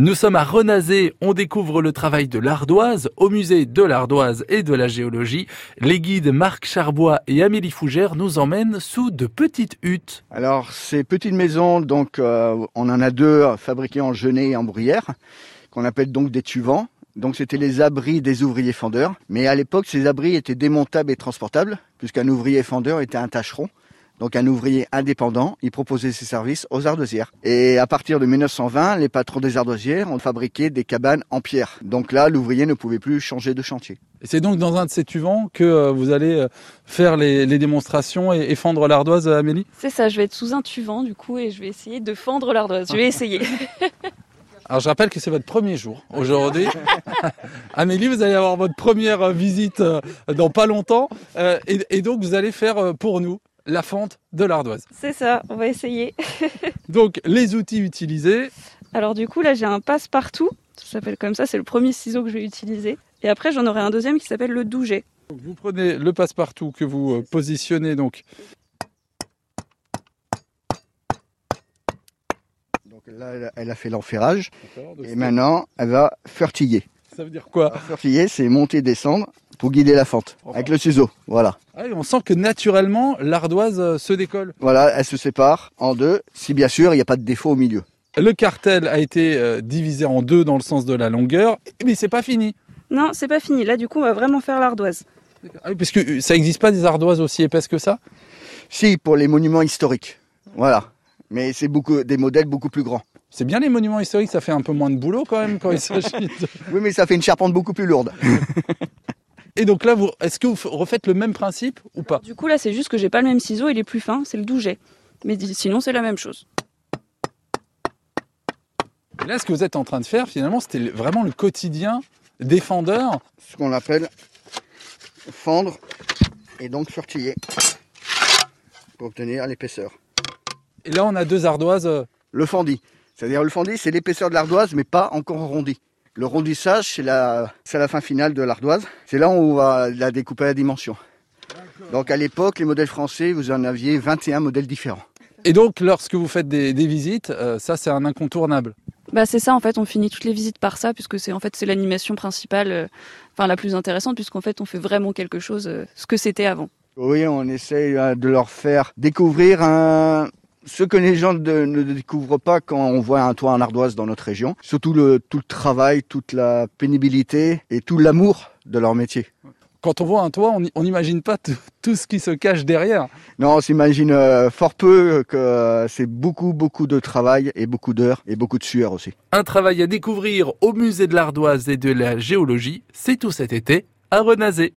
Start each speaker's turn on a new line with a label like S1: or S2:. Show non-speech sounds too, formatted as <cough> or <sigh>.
S1: Nous sommes à Renazé, on découvre le travail de l'ardoise au musée de l'ardoise et de la géologie. Les guides Marc Charbois et Amélie Fougère nous emmènent sous de petites huttes.
S2: Alors ces petites maisons, donc euh, on en a deux euh, fabriquées en genêt et en bruyère, qu'on appelle donc des tuvants. Donc c'était les abris des ouvriers fendeurs. Mais à l'époque, ces abris étaient démontables et transportables, puisqu'un ouvrier fendeur était un tâcheron. Donc un ouvrier indépendant, il proposait ses services aux ardoisières. Et à partir de 1920, les patrons des ardoisières ont fabriqué des cabanes en pierre. Donc là, l'ouvrier ne pouvait plus changer de chantier.
S3: Et c'est donc dans un de ces tuvants que euh, vous allez euh, faire les, les démonstrations et, et fendre l'ardoise, euh, Amélie
S4: C'est ça, je vais être sous un tuvent du coup et je vais essayer de fendre l'ardoise. Je vais essayer.
S3: Alors je rappelle que c'est votre premier jour <laughs> aujourd'hui. Amélie, vous allez avoir votre première euh, visite euh, dans pas longtemps. Euh, et, et donc vous allez faire euh, pour nous la fente de l'ardoise.
S4: <laughs> C'est ça, on va essayer.
S3: Donc les outils utilisés,
S4: Alors du coup là j'ai un passe-partout, ça s'appelle comme ça, c'est le premier ciseau que je vais utiliser. Et après j'en aurai un deuxième qui s'appelle le douget.
S3: Donc, vous prenez le passe-partout que vous euh, positionnez donc
S2: Donc là, elle a fait l'enferrage. Et
S3: Et même-
S2: maintenant, elle va fertiller.
S3: Ça veut dire quoi
S2: Alors, fertiller, c'est monter, descendre pour guider la fente avec le ciseau. Voilà.
S3: Ah oui, On sent que naturellement l'ardoise euh, se décolle.
S2: Voilà, elle se sépare en deux, si bien sûr, il n'y a pas de défaut au milieu.
S3: Le cartel a été euh, divisé en deux dans le sens de la longueur, mais c'est pas fini.
S4: Non, c'est pas fini, là du coup on va vraiment faire l'ardoise.
S3: Ah oui, parce que euh, ça n'existe pas des ardoises aussi épaisses que ça.
S2: Si, pour les monuments historiques. Voilà. Mais c'est beaucoup des modèles beaucoup plus grands.
S3: C'est bien les monuments historiques, ça fait un peu moins de boulot quand même quand il s'agit. de- <laughs>
S2: Oui, mais ça fait une charpente beaucoup plus lourde.
S3: Et donc là, vous, est-ce que vous f- refaites le même principe ou pas
S4: Du coup là c'est juste que j'ai pas le même ciseau, il est plus fin, c'est le douget. Mais di- sinon c'est la même chose.
S3: Et Là, ce que vous êtes en train de faire, finalement, c'était le- vraiment le quotidien des fendeurs.
S2: Ce qu'on appelle fendre et donc fertiller pour obtenir l'épaisseur.
S3: Et là, on a deux ardoises. euh,
S2: Le fendu. C'est-à-dire le fendu, c'est l'épaisseur de l'ardoise, mais pas encore arrondi. Le rondissage, c'est la, c'est la fin finale de l'ardoise. C'est là où on va la découper à dimension. Donc à l'époque, les modèles français, vous en aviez 21 modèles différents.
S3: Et donc, lorsque vous faites des, des visites, euh, ça, c'est un incontournable.
S4: Bah c'est ça en fait, on finit toutes les visites par ça puisque c'est en fait c'est l'animation principale, euh, enfin la plus intéressante puisqu'en fait on fait vraiment quelque chose, euh, ce que c'était avant.
S2: Oui, on essaye euh, de leur faire découvrir un- ce que les gens de- ne découvrent pas quand on voit un toit en ardoise dans notre région. Surtout le, tout le travail, toute la pénibilité et tout l'amour de leur métier.
S3: Quand on voit un toit, on n'y- on n'imagine pas tout- <laughs> tout ce qui se cache derrière.
S2: Non, on s'imagine euh, fort peu que euh, c'est beaucoup, beaucoup de travail et beaucoup d'heures et beaucoup de sueur aussi.
S1: Un travail à découvrir au musée de l'ardoise et de la géologie, c'est tout cet été à Renazé.